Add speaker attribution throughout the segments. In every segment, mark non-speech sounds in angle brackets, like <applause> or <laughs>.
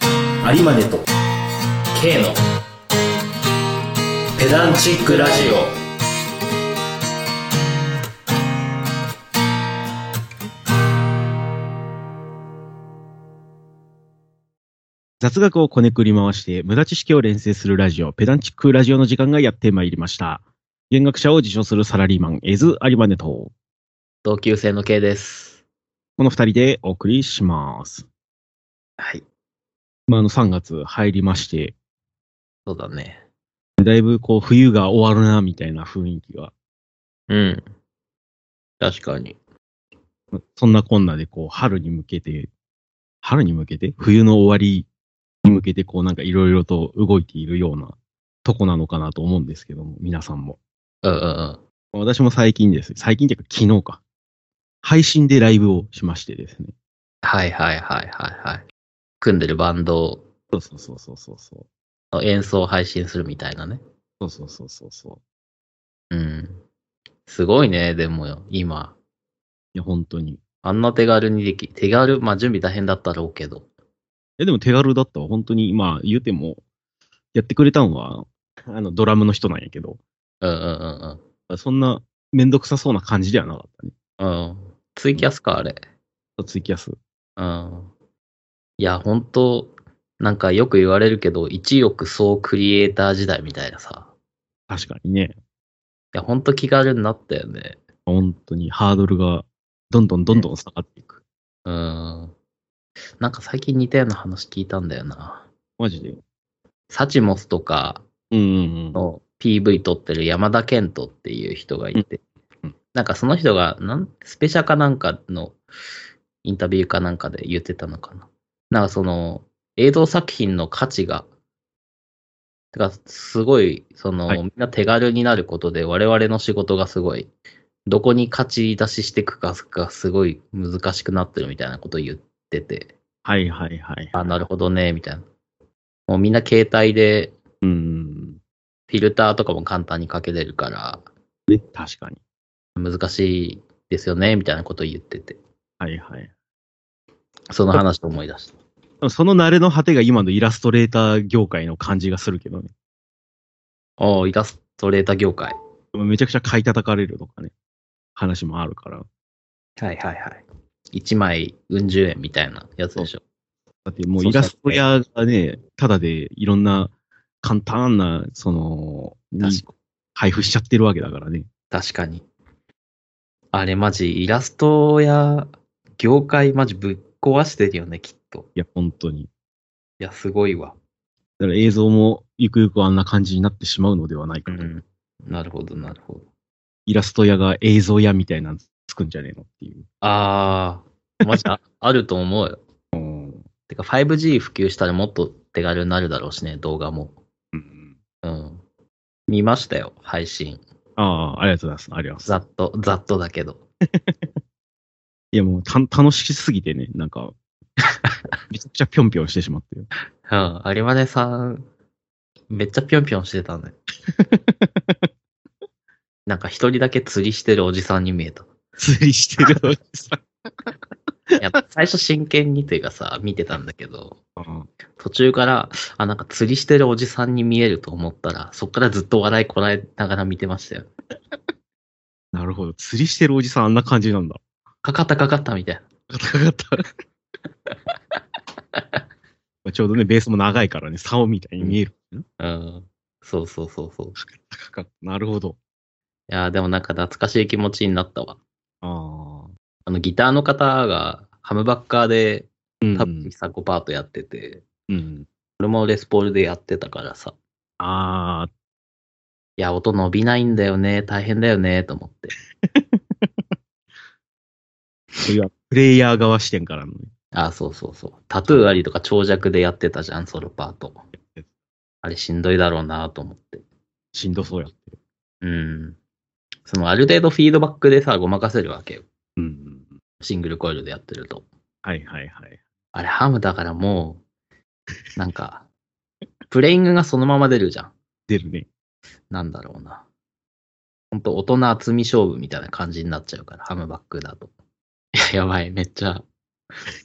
Speaker 1: 有馬ネと
Speaker 2: K のペダンチックラジオ
Speaker 3: 雑学をこねくり回して無駄知識を連成するラジオ、ペダンチックラジオの時間がやってまいりました。弦楽者を自称するサラリーマン、エズ・アリバネと、
Speaker 2: 同級生の K です
Speaker 3: この二人でお送りします。
Speaker 2: はい
Speaker 3: まあ、あの3月入りまして、
Speaker 2: そうだね
Speaker 3: だいぶこう冬が終わるな、みたいな雰囲気が。
Speaker 2: うん確かに
Speaker 3: そんなこんなでこう春に向けて、春に向けて冬の終わりに向けてこうなんかいろいろと動いているようなとこなのかなと思うんですけども、皆さんも。
Speaker 2: うんうんうん
Speaker 3: 私も最近です。最近っていうか昨日か。配信でライブをしましてですね。
Speaker 2: はいはいはいはいはい組んでるバンド
Speaker 3: そうそうそうそうそうそう。
Speaker 2: の演奏を配信するみたいなね
Speaker 3: そうそうそうそうそう。
Speaker 2: うんすごいねでもよ今
Speaker 3: いや、本当に。
Speaker 2: あんな手軽にでき手軽まあ準備大変だったろうけど
Speaker 3: え、でも手軽だったわ。本当に、まあ言うても、やってくれたんは、あの、ドラムの人なんやけど、
Speaker 2: うんうんうん
Speaker 3: そんなめんどくさそうな感じではなかったね。
Speaker 2: うんうんツイキャスかあれ
Speaker 3: ツイキャス。
Speaker 2: うんいや、本当なんかよく言われるけど、一億総クリエイター時代みたいなさ。
Speaker 3: 確かにね。
Speaker 2: いや、本当気軽になったよね。
Speaker 3: 本当にハードルがどんどんどんどん下がっていく。
Speaker 2: うん。なんか最近似たような話聞いたんだよな。
Speaker 3: マジで。
Speaker 2: サチモスとか
Speaker 3: うんうんうん。
Speaker 2: の PV 撮ってる山田健人っていう人がいて
Speaker 3: うんうん、
Speaker 2: なんかその人が、なんスペシャかなんかのインタビューかなんかで言ってたのかな。なんかその映像作品の価値が、てかすごい、その、
Speaker 3: はい
Speaker 2: みんな手軽になることで我々の仕事がすごい、どこに価値出ししていくかがすごい難しくなってるみたいなことを言ってて、
Speaker 3: はいはいはい。
Speaker 2: あ、なるほどね、みたいな。もうみんな携帯で
Speaker 3: うんうん
Speaker 2: フィルターとかも簡単にかけれるから、
Speaker 3: うん。ね、確かに。
Speaker 2: 難しいですよね、みたいなことを言ってて、
Speaker 3: はいはい。
Speaker 2: その話を思い出した。 <laughs>
Speaker 3: その慣れの果てが今のイラストレーター業界の感じがするけどね。
Speaker 2: おーイラストレーター業界。
Speaker 3: めちゃくちゃ買い叩かれるとかね。話もあるから。
Speaker 2: はいはいはい。1枚、うん十円みたいなやつでしょ。
Speaker 3: だってもう
Speaker 2: そうそう
Speaker 3: イラスト屋がね、ただでいろんな簡単な、その、に
Speaker 2: 確か
Speaker 3: 配布しちゃってるわけだからね。
Speaker 2: 確かに。あれマジ、イラストや業界マジぶっ壊してるよね、きっと。
Speaker 3: いや、本当に。
Speaker 2: いや、すごいわ。
Speaker 3: だから映像もゆくゆくあんな感じになってしまうのではないかと。
Speaker 2: ん。なるほど、なるほど。
Speaker 3: イラスト屋が映像屋みたいなのつくんじゃねえのっていう。
Speaker 2: あー、マジあ <laughs> あると思うよ。てか 5G 普及したらもっと手軽になるだろうしね、動画も。
Speaker 3: うん
Speaker 2: うん。見ましたよ、配信。
Speaker 3: ああ、ありがとうございます。ありがとうございます。
Speaker 2: ざっと、ざっとだけど。
Speaker 3: いや、もうた楽しすぎてね、なんか、 <laughs> めちゃくちゃぴょんぴょんしてしまってる。
Speaker 2: うん、有馬根さん、めっちゃぴょんぴょんしてた
Speaker 3: <laughs>
Speaker 2: ね。なんか一人だけ釣りしてるおじさんに見えた。
Speaker 3: 釣りしてるおじさん。
Speaker 2: やっぱ最初真剣にというかさ、見てたんだけど、
Speaker 3: <laughs> あ
Speaker 2: 途中から、あ、なんか釣りしてるおじさんに見えると思ったら、そっからずっと笑いこらえながら見てましたよ。
Speaker 3: あなるほど。釣りしてるおじさんあんな感じなんだ。
Speaker 2: かかったかかったみたいな。
Speaker 3: 高か <laughs> った。まあちょうどね、ベースも長いからね、竿みたいに見える。
Speaker 2: うん。そうそうそうそう。い
Speaker 3: 高かった。なるほど。
Speaker 2: やーでもなんか懐かしい気持ちになったわ。
Speaker 3: ああ。
Speaker 2: あの、ギターの方がハムバッカーで
Speaker 3: うん
Speaker 2: 多分ミサコパートやってて、
Speaker 3: うん。
Speaker 2: 俺もレスポールでやってたからさ、
Speaker 3: ああ、
Speaker 2: いや、音伸びないんだよね、大変だよね、と思って。
Speaker 3: そういうプレイヤー側視点からのね。
Speaker 2: あそうそうそう。タトゥーありとか長尺でやってたじゃん、ソロパート。あれしんどいだろうな、と思って。
Speaker 3: しんどそうやってる。
Speaker 2: うん。その、ある程度フィードバックでさ、ごまかせるわけよ。
Speaker 3: うん。
Speaker 2: シングルコイルでやってると。
Speaker 3: はいはいはい。
Speaker 2: あれ、ハムだからもう、なんか、プレイングがそのまま出るじゃん。
Speaker 3: 出るね。
Speaker 2: なんだろうな。ほんと、大人厚み勝負みたいな感じになっちゃうから、ハムバックだと。いや、やばい、めっちゃ、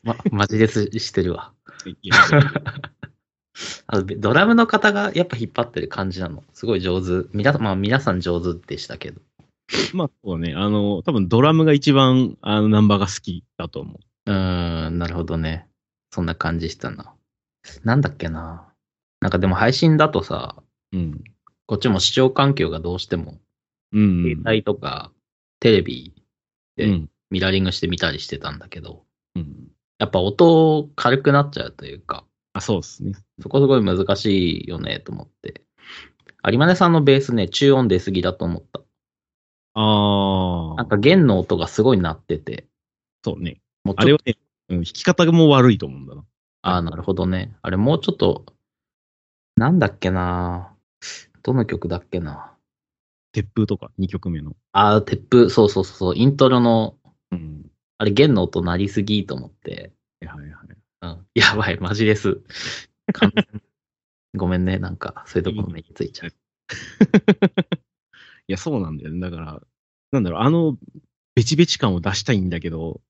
Speaker 2: ま、マジレスしてるわ。
Speaker 3: いやいやいや
Speaker 2: あのドラムの方がやっぱ引っ張ってる感じなの。すごい上手。皆さん、まあ皆さん上手でしたけど。
Speaker 3: まあ、そうね、あの、多分ドラムが一番、あの、ナンバーが好きだと思う。
Speaker 2: うーん、なるほどね。そんな感じしたな。なんだっけな。なんかでも配信だとさ、
Speaker 3: うん。
Speaker 2: こっちも視聴環境がどうしても、
Speaker 3: うん、うん
Speaker 2: 携。帯とかテレビで
Speaker 3: うん。
Speaker 2: ミラーリングしてみたりしてたんだけど、
Speaker 3: うん。
Speaker 2: やっぱ音軽くなっちゃうというか、
Speaker 3: あ、そうですね。
Speaker 2: そこすごい難しいよねと思って。有馬根さんのベースね、中音出すぎだと思った。
Speaker 3: あ
Speaker 2: なん
Speaker 3: あ、
Speaker 2: か弦の音がすごい鳴ってて、
Speaker 3: そうね。
Speaker 2: もう
Speaker 3: あ
Speaker 2: ち
Speaker 3: れ
Speaker 2: ょっ
Speaker 3: は
Speaker 2: と、
Speaker 3: ね、うん、弾き方も悪いと思うんだな。
Speaker 2: ああ、なるほどね。あれもうちょっと、なんだっけなどの曲だっけな
Speaker 3: 鉄風とか、2曲目の。
Speaker 2: ああ、鉄風、そうそうそうそう、イントロの、
Speaker 3: うん。
Speaker 2: あれ弦の音鳴りすぎと思って、
Speaker 3: はいはいは
Speaker 2: うん、やばい、マジです。完全ごめんね、なんか、そういうとこ目につい
Speaker 3: <laughs>
Speaker 2: ちゃう。
Speaker 3: い。いや、そうなんだよね。だから、なんだろう、あの、ベチベチ感を出したいんだけど、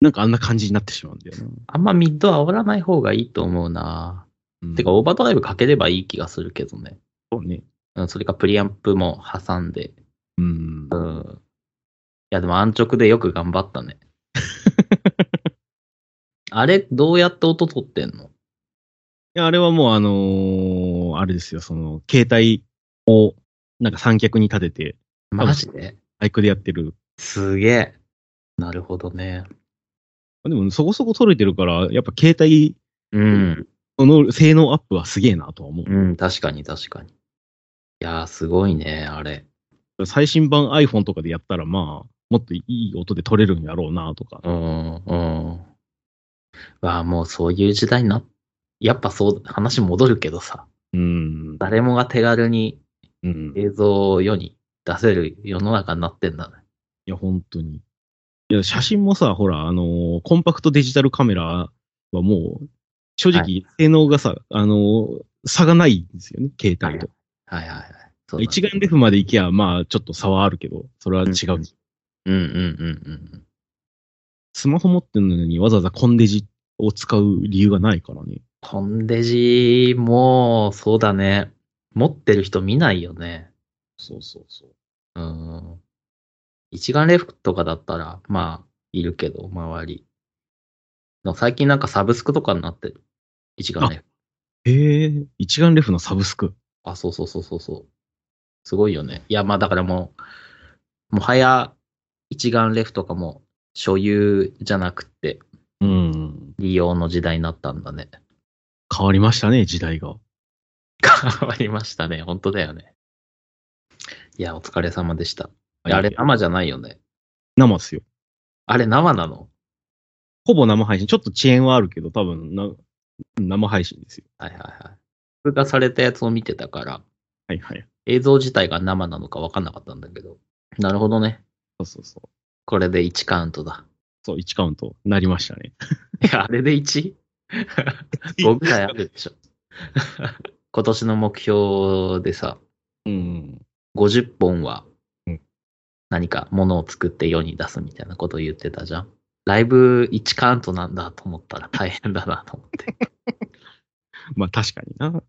Speaker 3: なんかあんな感じになってしまうんだよな。
Speaker 2: あんまミッド煽らない方がいいと思うな
Speaker 3: うん
Speaker 2: てか、オーバードライブかければいい気がするけどね。
Speaker 3: そうね。
Speaker 2: うん、それかプリアンプも挟んで。
Speaker 3: うん。
Speaker 2: うん。いや、でも安直でよく頑張った <laughs> ね。あれ、どうやって音取ってんの
Speaker 3: いや、あれはもうあのーあれですよ、その、携帯を、なんか三脚に立てて、
Speaker 2: マジで
Speaker 3: アイクでやってる。
Speaker 2: すげえ。なるほどね。
Speaker 3: でも、そこそこ取れてるから、やっぱ携帯
Speaker 2: うん。
Speaker 3: の性能アップはすげえなとは思う。
Speaker 2: うん、確かに確かに。いやー、すごいね、あれ。
Speaker 3: 最新版 iPhone とかでやったら、まあ、もっといい音で取れるんやろうなとか。
Speaker 2: うん、うん。わあ、もうそういう時代にな、やっぱそう、話戻るけどさ、
Speaker 3: うん。
Speaker 2: 誰もが手軽に
Speaker 3: うん。い
Speaker 2: 映像を世に出せる世の中になってんだね。
Speaker 3: や、本当に。いや、写真もさ、ほら、あのーコンパクトデジタルカメラはもう、正
Speaker 2: は
Speaker 3: 直、性能がさ、あのー差がないんですよね、携帯と。
Speaker 2: はいはいはい。そうだね
Speaker 3: 一眼レフまで行けば、まあ、ちょっと差はあるけど、それは違う。
Speaker 2: うんうんうんうんうん。
Speaker 3: スマホ持ってるのにわざわざコンデジを使う理由がないからね。
Speaker 2: コンデジも、そうだね。持ってる人見ないよね。
Speaker 3: そうそうそう。
Speaker 2: うん。一眼レフとかだったら、まあ、いるけど、周り。でも最近なんかサブスクとかになってる。一眼レフ。
Speaker 3: へえ、一眼レフのサブスク。
Speaker 2: あそうそうそうそうそう。すごいよね。いや、まあだからもう、もはや一眼レフとかも所有じゃなくて
Speaker 3: うん。
Speaker 2: 利用の時代になったんだね。
Speaker 3: 変わりましたね、時代が。
Speaker 2: 変わりましたね。本当だよね。いや、お疲れ様でした。いやあれ生じゃないよね。
Speaker 3: 生ですよ。
Speaker 2: あれ生なの
Speaker 3: ほぼ生配信。ちょっと遅延はあるけど、多分な、生配信ですよ。
Speaker 2: はいはいはい。通過されたやつを見てたから、
Speaker 3: はいはい。
Speaker 2: 映像自体が生なのか分かんなかったんだけど。なるほどね。
Speaker 3: そうそうそう。
Speaker 2: これで1カウントだ。
Speaker 3: そう、1カウントなりましたね。
Speaker 2: いや、あれで 1?5 ぐらいあるでしょ。 <laughs> 今年の目標でさ、
Speaker 3: <laughs> うん。
Speaker 2: 50本は
Speaker 3: うん
Speaker 2: 何かものを作って世に出すみたいなことを言ってたじゃん。ライブ1カウントなんだと思ったら大変だなと思って。
Speaker 3: まあ確かにな。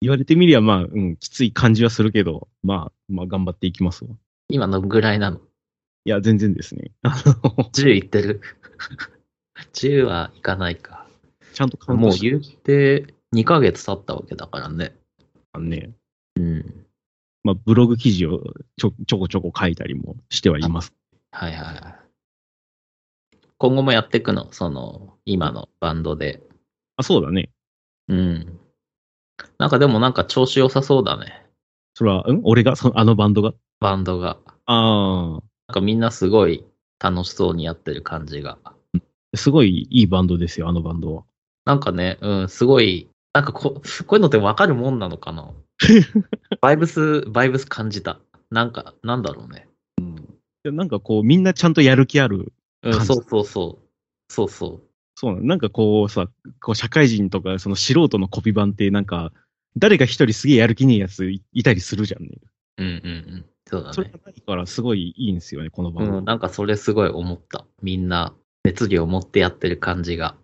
Speaker 3: 言われてみりゃ、まあ、うん、きつい感じはするけど、まあ、まあ頑張っていきますわ。
Speaker 2: 今のぐらいなの。
Speaker 3: いや、全然ですね。あの、
Speaker 2: 10いってる。10はいかないか。
Speaker 3: ちゃんとカウン
Speaker 2: も
Speaker 3: ト
Speaker 2: う
Speaker 3: して
Speaker 2: 言って2ヶ月経ったわけだからね。
Speaker 3: たね。
Speaker 2: うん。
Speaker 3: まあ、ブログ記事をちょちょこちょこ書いたりもしてはいます。
Speaker 2: はいはいはい。今後もやっていくのその、今のバンドで。
Speaker 3: あ、そうだね。
Speaker 2: うん。なんかでもなんか調子良さそうだね。
Speaker 3: それは、ん俺がその、あのバンドが
Speaker 2: バンドが。
Speaker 3: あ
Speaker 2: なんかみんなすごい楽しそうにやってる感じが。
Speaker 3: あ、すごいいいバンドですよ、あのバンドは。
Speaker 2: なんかね、うん、すごい、なんかここういうのってわかるもんなのか
Speaker 3: <laughs>
Speaker 2: なバイブス、バイブス感じた。なんか、なんだろうね。
Speaker 3: でなんかこう、みんなちゃんとやる気ある。
Speaker 2: うん、
Speaker 3: 感じ
Speaker 2: そうそうそう。そうそう。
Speaker 3: そうなの。なんかこうさ、こう社会人とか、その素人のコピバンって、なんか、誰か一人すげえやる気ねえやついいたりするじゃんね。
Speaker 2: うんうんうん。そうだ
Speaker 3: それ
Speaker 2: ね。
Speaker 3: がないから、すごいいいんですよね、このバンド。
Speaker 2: うん、なんかそれすごい思った。みんな熱量を持ってやってる感じが。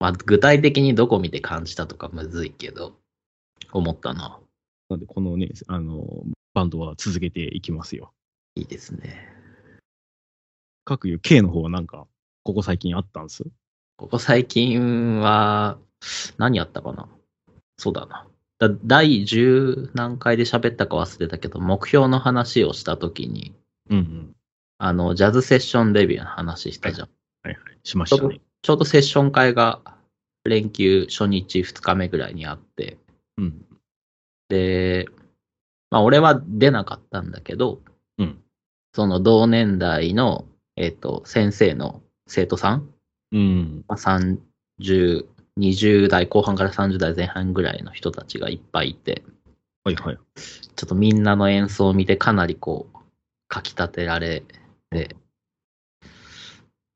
Speaker 2: まあ、具体的にどこ見て感じたとかむずいけど、思ったな。
Speaker 3: なんで、このね、あの、バンドは続けていきますよ。
Speaker 2: いいですね。
Speaker 3: 各有 K の方はなんか、ここ最近あったんです
Speaker 2: ここ最近は、何やったかなそうだな。だ第10何回で喋ったか忘れたけど、目標の話をしたときに、
Speaker 3: うんうん。
Speaker 2: あの、ジャズセッションレビューの話したじゃん。
Speaker 3: しましたね。
Speaker 2: ちょうどセッション会が連休初日2日目ぐらいにあって、
Speaker 3: うん。
Speaker 2: で、まあ俺は出なかったんだけど、
Speaker 3: うん
Speaker 2: その同年代の、えっ、と、先生の生徒さん
Speaker 3: うん。
Speaker 2: まあ、30、20代後半から30代前半ぐらいの人たちがいっぱいいて、
Speaker 3: はいはい。
Speaker 2: ちょっとみんなの演奏を見てかなりこう、かき立てられて、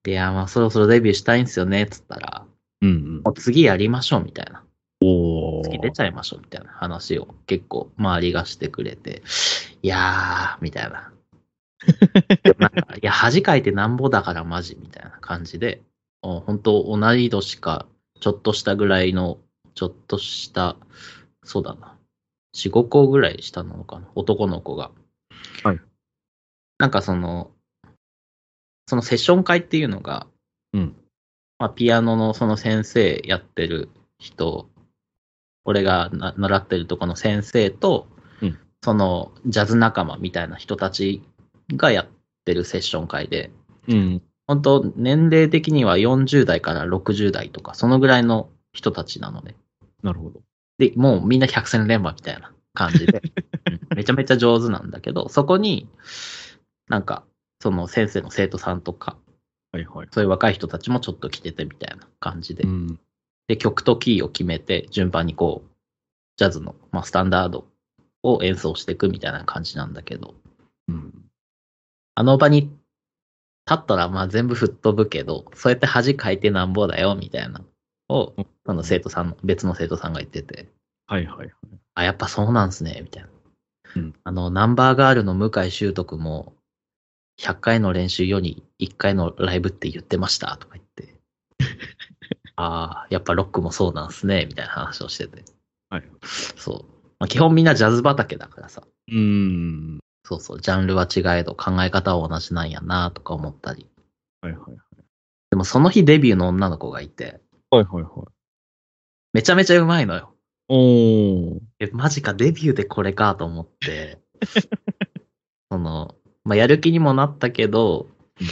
Speaker 2: で、いや、まあそろそろデビューしたいんですよね、つったら、
Speaker 3: うんうん。
Speaker 2: もう次やりましょう、みたいな。
Speaker 3: お
Speaker 2: 次出
Speaker 3: ー。
Speaker 2: ちゃいましょう、みたいな話を結構周りがしてくれて、いやー、みたい
Speaker 3: <laughs>
Speaker 2: な。なんかいや、恥かいてなんぼだからマジ、みたいな感じで、お本当同い年か、ちょっとしたぐらいの、ちょっとした、そうだな、4、5個ぐらい下なのかな、男の子が。
Speaker 3: はい。
Speaker 2: なんかその、そのセッション会っていうのが、
Speaker 3: うん。
Speaker 2: まあ、ピアノのその先生やってる人、俺がな習ってるとこの先生と、
Speaker 3: うん
Speaker 2: そのジャズ仲間みたいな人たちがやってるセッション会で、
Speaker 3: うん。
Speaker 2: 本当年齢的には40代から60代とか、そのぐらいの人たちなので、
Speaker 3: なるほど。
Speaker 2: で、もうみんな百戦錬磨みたいな感じ
Speaker 3: <laughs>
Speaker 2: で、うんめちゃめちゃ上手なんだけど、そこに、なんか、その先生の生徒さんとか、
Speaker 3: はいはい。
Speaker 2: そういう若い人たちもちょっと来ててみたいな感じで、
Speaker 3: うん。
Speaker 2: で、曲とキーを決めて、順番にこう、ジャズの、まあ、スタンダードを演奏していくみたいな感じなんだけど、
Speaker 3: うん。
Speaker 2: あの場に立ったら、まあ、全部吹っ飛ぶけど、そうやって恥かいてなんぼだよ、みたいな、を
Speaker 3: うん、
Speaker 2: その生徒さんの、別の生徒さんが言ってて、
Speaker 3: はいはい。
Speaker 2: あ、やっぱそうなんすね、みたいな。
Speaker 3: うん
Speaker 2: あの、ナンバーガールの向井修徳も、100回の練習より1回のライブって言ってました、とか言って。
Speaker 3: <laughs>
Speaker 2: ああ、やっぱロックもそうなんすね、みたいな話をしてて。
Speaker 3: はい。
Speaker 2: そう。まあ、基本みんなジャズ畑だからさ。
Speaker 3: うん。
Speaker 2: そうそう、ジャンルは違えど考え方は同じなんやなとか思ったり。
Speaker 3: はいはい。
Speaker 2: でもその日デビューの女の子がいて、
Speaker 3: はいはいはい。
Speaker 2: めちゃめちゃうまいのよ。
Speaker 3: おー。
Speaker 2: え、マジか、デビューでこれかと思って。 <laughs> その、まあ、やる気にもなったけど
Speaker 3: うん、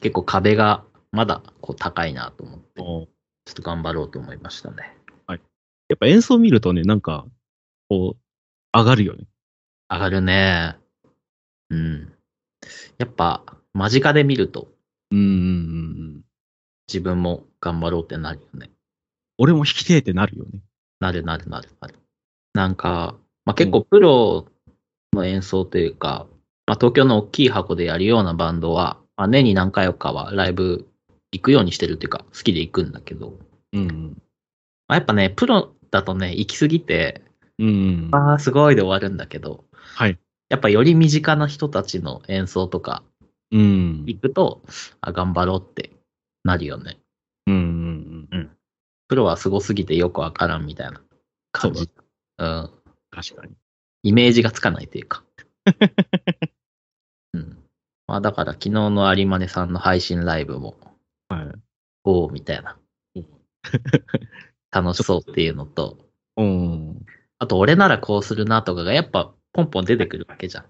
Speaker 2: 結構壁がまだこう高いなと思って、ちょ
Speaker 3: おー
Speaker 2: っと頑張ろうと思いましたね。
Speaker 3: やっぱ演奏見るとね、なんか、こう、上がるよね。
Speaker 2: 上がるね。うん。やっぱ、間近で見ると
Speaker 3: うんうんうんうん。
Speaker 2: 自分も頑張ろうってなるよね。
Speaker 3: 俺も弾きてえってなるよね。
Speaker 2: なるなるなるなる。なんか、まあ、結構プロの演奏というか、まあ、東京の大きい箱でやるようなバンドは、まあ、年に何回かはライブ行くようにしてるというか、好きで行くんだけど、
Speaker 3: うん
Speaker 2: まあ、やっぱね、プロだとね、行き過ぎて、
Speaker 3: うん。うんうん。
Speaker 2: ああ、すごいで終わるんだけど、
Speaker 3: はい。
Speaker 2: やっぱより身近な人たちの演奏とか
Speaker 3: うん。
Speaker 2: 行くと、あ頑張ろうってなるよね。
Speaker 3: うんうんうん。
Speaker 2: プロはすごすぎてよくわからんみたいな感じ。うん。
Speaker 3: 確かに。
Speaker 2: イメージがつかないというか。 <laughs> うん。まあだから昨日の有馬根さんの配信ライブも、
Speaker 3: はい。
Speaker 2: おおみたいな
Speaker 3: うん。
Speaker 2: 楽しそうっていうのと、
Speaker 3: うん。
Speaker 2: あと俺ならこうするなとかがやっぱポンポン出てくるわけじゃん。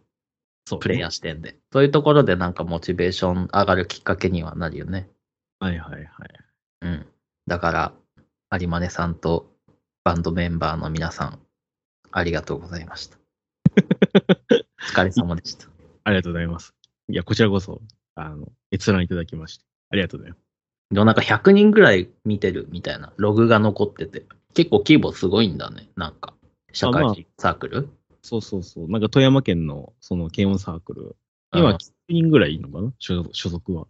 Speaker 3: そう。
Speaker 2: プレイヤー視点で。そういうところでなんかモチベーション上がるきっかけにはなるよね。
Speaker 3: はいはいはい。
Speaker 2: うん。だから、有馬根さんとバンドメンバーの皆さん、ありがとうございま
Speaker 3: <laughs>
Speaker 2: した。お疲れ様でした。
Speaker 3: ありがとうございます。いや、こちらこそ、あの、閲覧いただきまして。ありがとうございます。
Speaker 2: でもなんか100人ぐらい見てるみたいなログが残ってて、結構規模すごいんだね、なんか。社会人サークル、
Speaker 3: そうそうそう。なんか富山県の、その、軽音サークル。今、
Speaker 2: うん
Speaker 3: 9人ぐらいいるのかな所属所属は。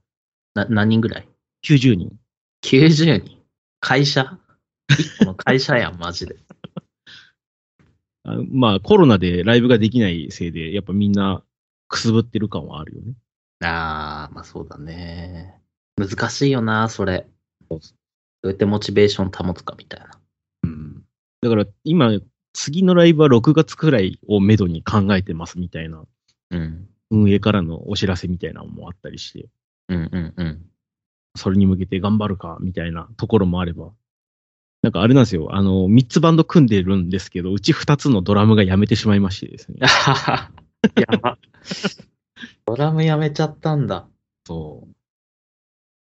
Speaker 2: な何人ぐらい
Speaker 3: 90人。
Speaker 2: ?90 人。会社一個の会社やん、 <laughs> マジで。
Speaker 3: あまあ、コロナでライブができないせいで、やっぱみんな、くすぶってる感はあるよね。
Speaker 2: あー、まあそうだね。難しいよな、それ。どうやってモチベーション保つかみたいな。
Speaker 3: うん。だから今、次のライブは6月くらいをめどに考えてますみたいな、
Speaker 2: うん。
Speaker 3: 運営からのお知らせみたいなのもあったりして、
Speaker 2: うんうん <laughs> うん。
Speaker 3: それに向けて頑張るかみたいなところもあれば。なんかあれなんですよ。あの、3つバンド組んでるんですけど、うち2つのドラムがやめてしまいましてですね。
Speaker 2: あははやば。ドラムやめちゃったんだ。
Speaker 3: そう。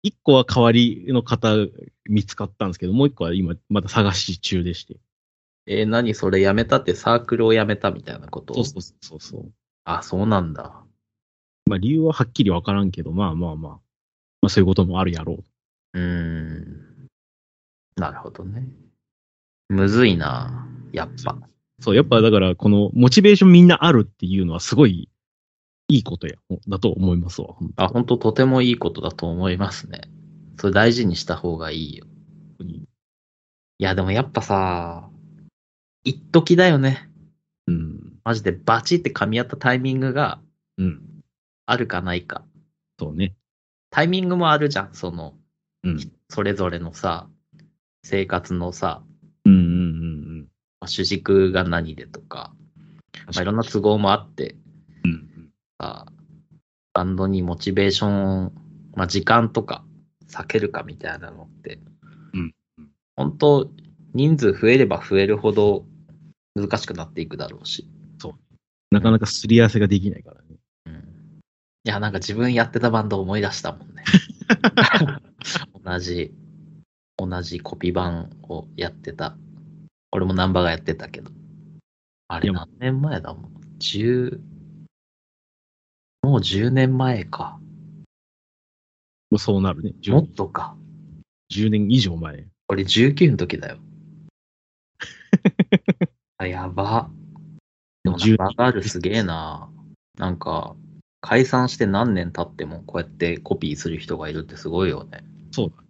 Speaker 3: 1個は代わりの方見つかったんですけど、もう1個は今まだ探し中でして。
Speaker 2: えー何それやめたってサークルをやめたみたいなこと
Speaker 3: そうそうそうそう。
Speaker 2: あ、そうなんだ。
Speaker 3: まあ理由ははっきりわからんけど、まあまあまあ、まあそういうこともあるやろう。
Speaker 2: うーん。なるほどね。むずいな。やっぱ。
Speaker 3: そう、やっぱだから、このモチベーションみんなあるっていうのはすごいいいことや、だと思いますわ。本
Speaker 2: あ、本当とてもいいことだと思いますね。それ大事にした方がいいよ。
Speaker 3: 当に。
Speaker 2: いや、でもやっぱさ、一時だよね。
Speaker 3: うん。
Speaker 2: マジでバチって噛み合ったタイミングが
Speaker 3: うん。
Speaker 2: あるかないか。
Speaker 3: そうね。
Speaker 2: タイミングもあるじゃん、その、
Speaker 3: うん。
Speaker 2: それぞれのさ、生活のさ、
Speaker 3: うんうんうん
Speaker 2: まあ主軸が何でとか、
Speaker 3: うん。
Speaker 2: まあ、いろんな都合もあって、
Speaker 3: うんうん。
Speaker 2: さバンドにモチベーション、まあ、時間とか避けるかみたいなのって、
Speaker 3: うんうん
Speaker 2: 本当、人数増えれば増えるほど難しくなっていくだろうし。
Speaker 3: なかなかすり合わせができないからね。
Speaker 2: うん、いや、なんか自分やってたバンド思い出したもんね。同じ、同じコピー版をやってた。俺もナンバーがやってたけど。あ
Speaker 3: い
Speaker 2: れ
Speaker 3: や
Speaker 2: 何年前だもん。10、もう10年前か。
Speaker 3: もうそうなるね。
Speaker 2: も
Speaker 3: 10,
Speaker 2: っとか。
Speaker 3: 10年以上前。
Speaker 2: 俺19の時だ
Speaker 3: <laughs>
Speaker 2: よ。あやば。でも
Speaker 3: 10
Speaker 2: なんかバガールすげえな。なんか、解散して何年経ってもこうやってコピーする人がいるってすごいよね。
Speaker 3: そうだね。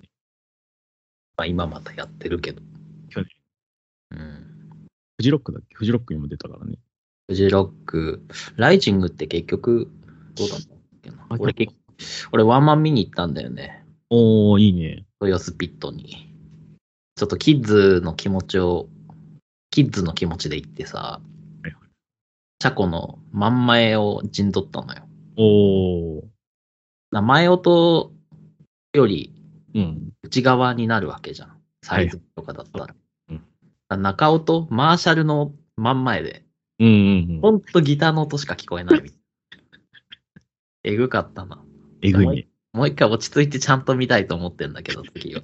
Speaker 2: まあ今またやってるけど。
Speaker 3: 去年
Speaker 2: うん。
Speaker 3: フジロックだっけフジロックにも出たからね。
Speaker 2: フジロック、ライジングって結局、どうだったっけな。俺結構、俺ワンマン見に行ったんだよね。
Speaker 3: おー、いいね。
Speaker 2: 豊洲ピットに。ちょっとキッズの気持ちを、キッズの気持ちで行ってさ
Speaker 3: はい、
Speaker 2: チャコの真ん前を陣取ったのよ。
Speaker 3: おー。
Speaker 2: な前音より
Speaker 3: うん。
Speaker 2: 内側になるわけじゃん。サイズとかだったら。
Speaker 3: うん
Speaker 2: だ中音、マーシャルの真ん前で、
Speaker 3: うんうんう
Speaker 2: ほ
Speaker 3: ん。
Speaker 2: んとギターの音しか聞こえないみたい
Speaker 3: <laughs>
Speaker 2: な。えぐかったな。
Speaker 3: えぐいね。
Speaker 2: もう一回落ち着いてちゃんと見たいと思ってんだけど、次は。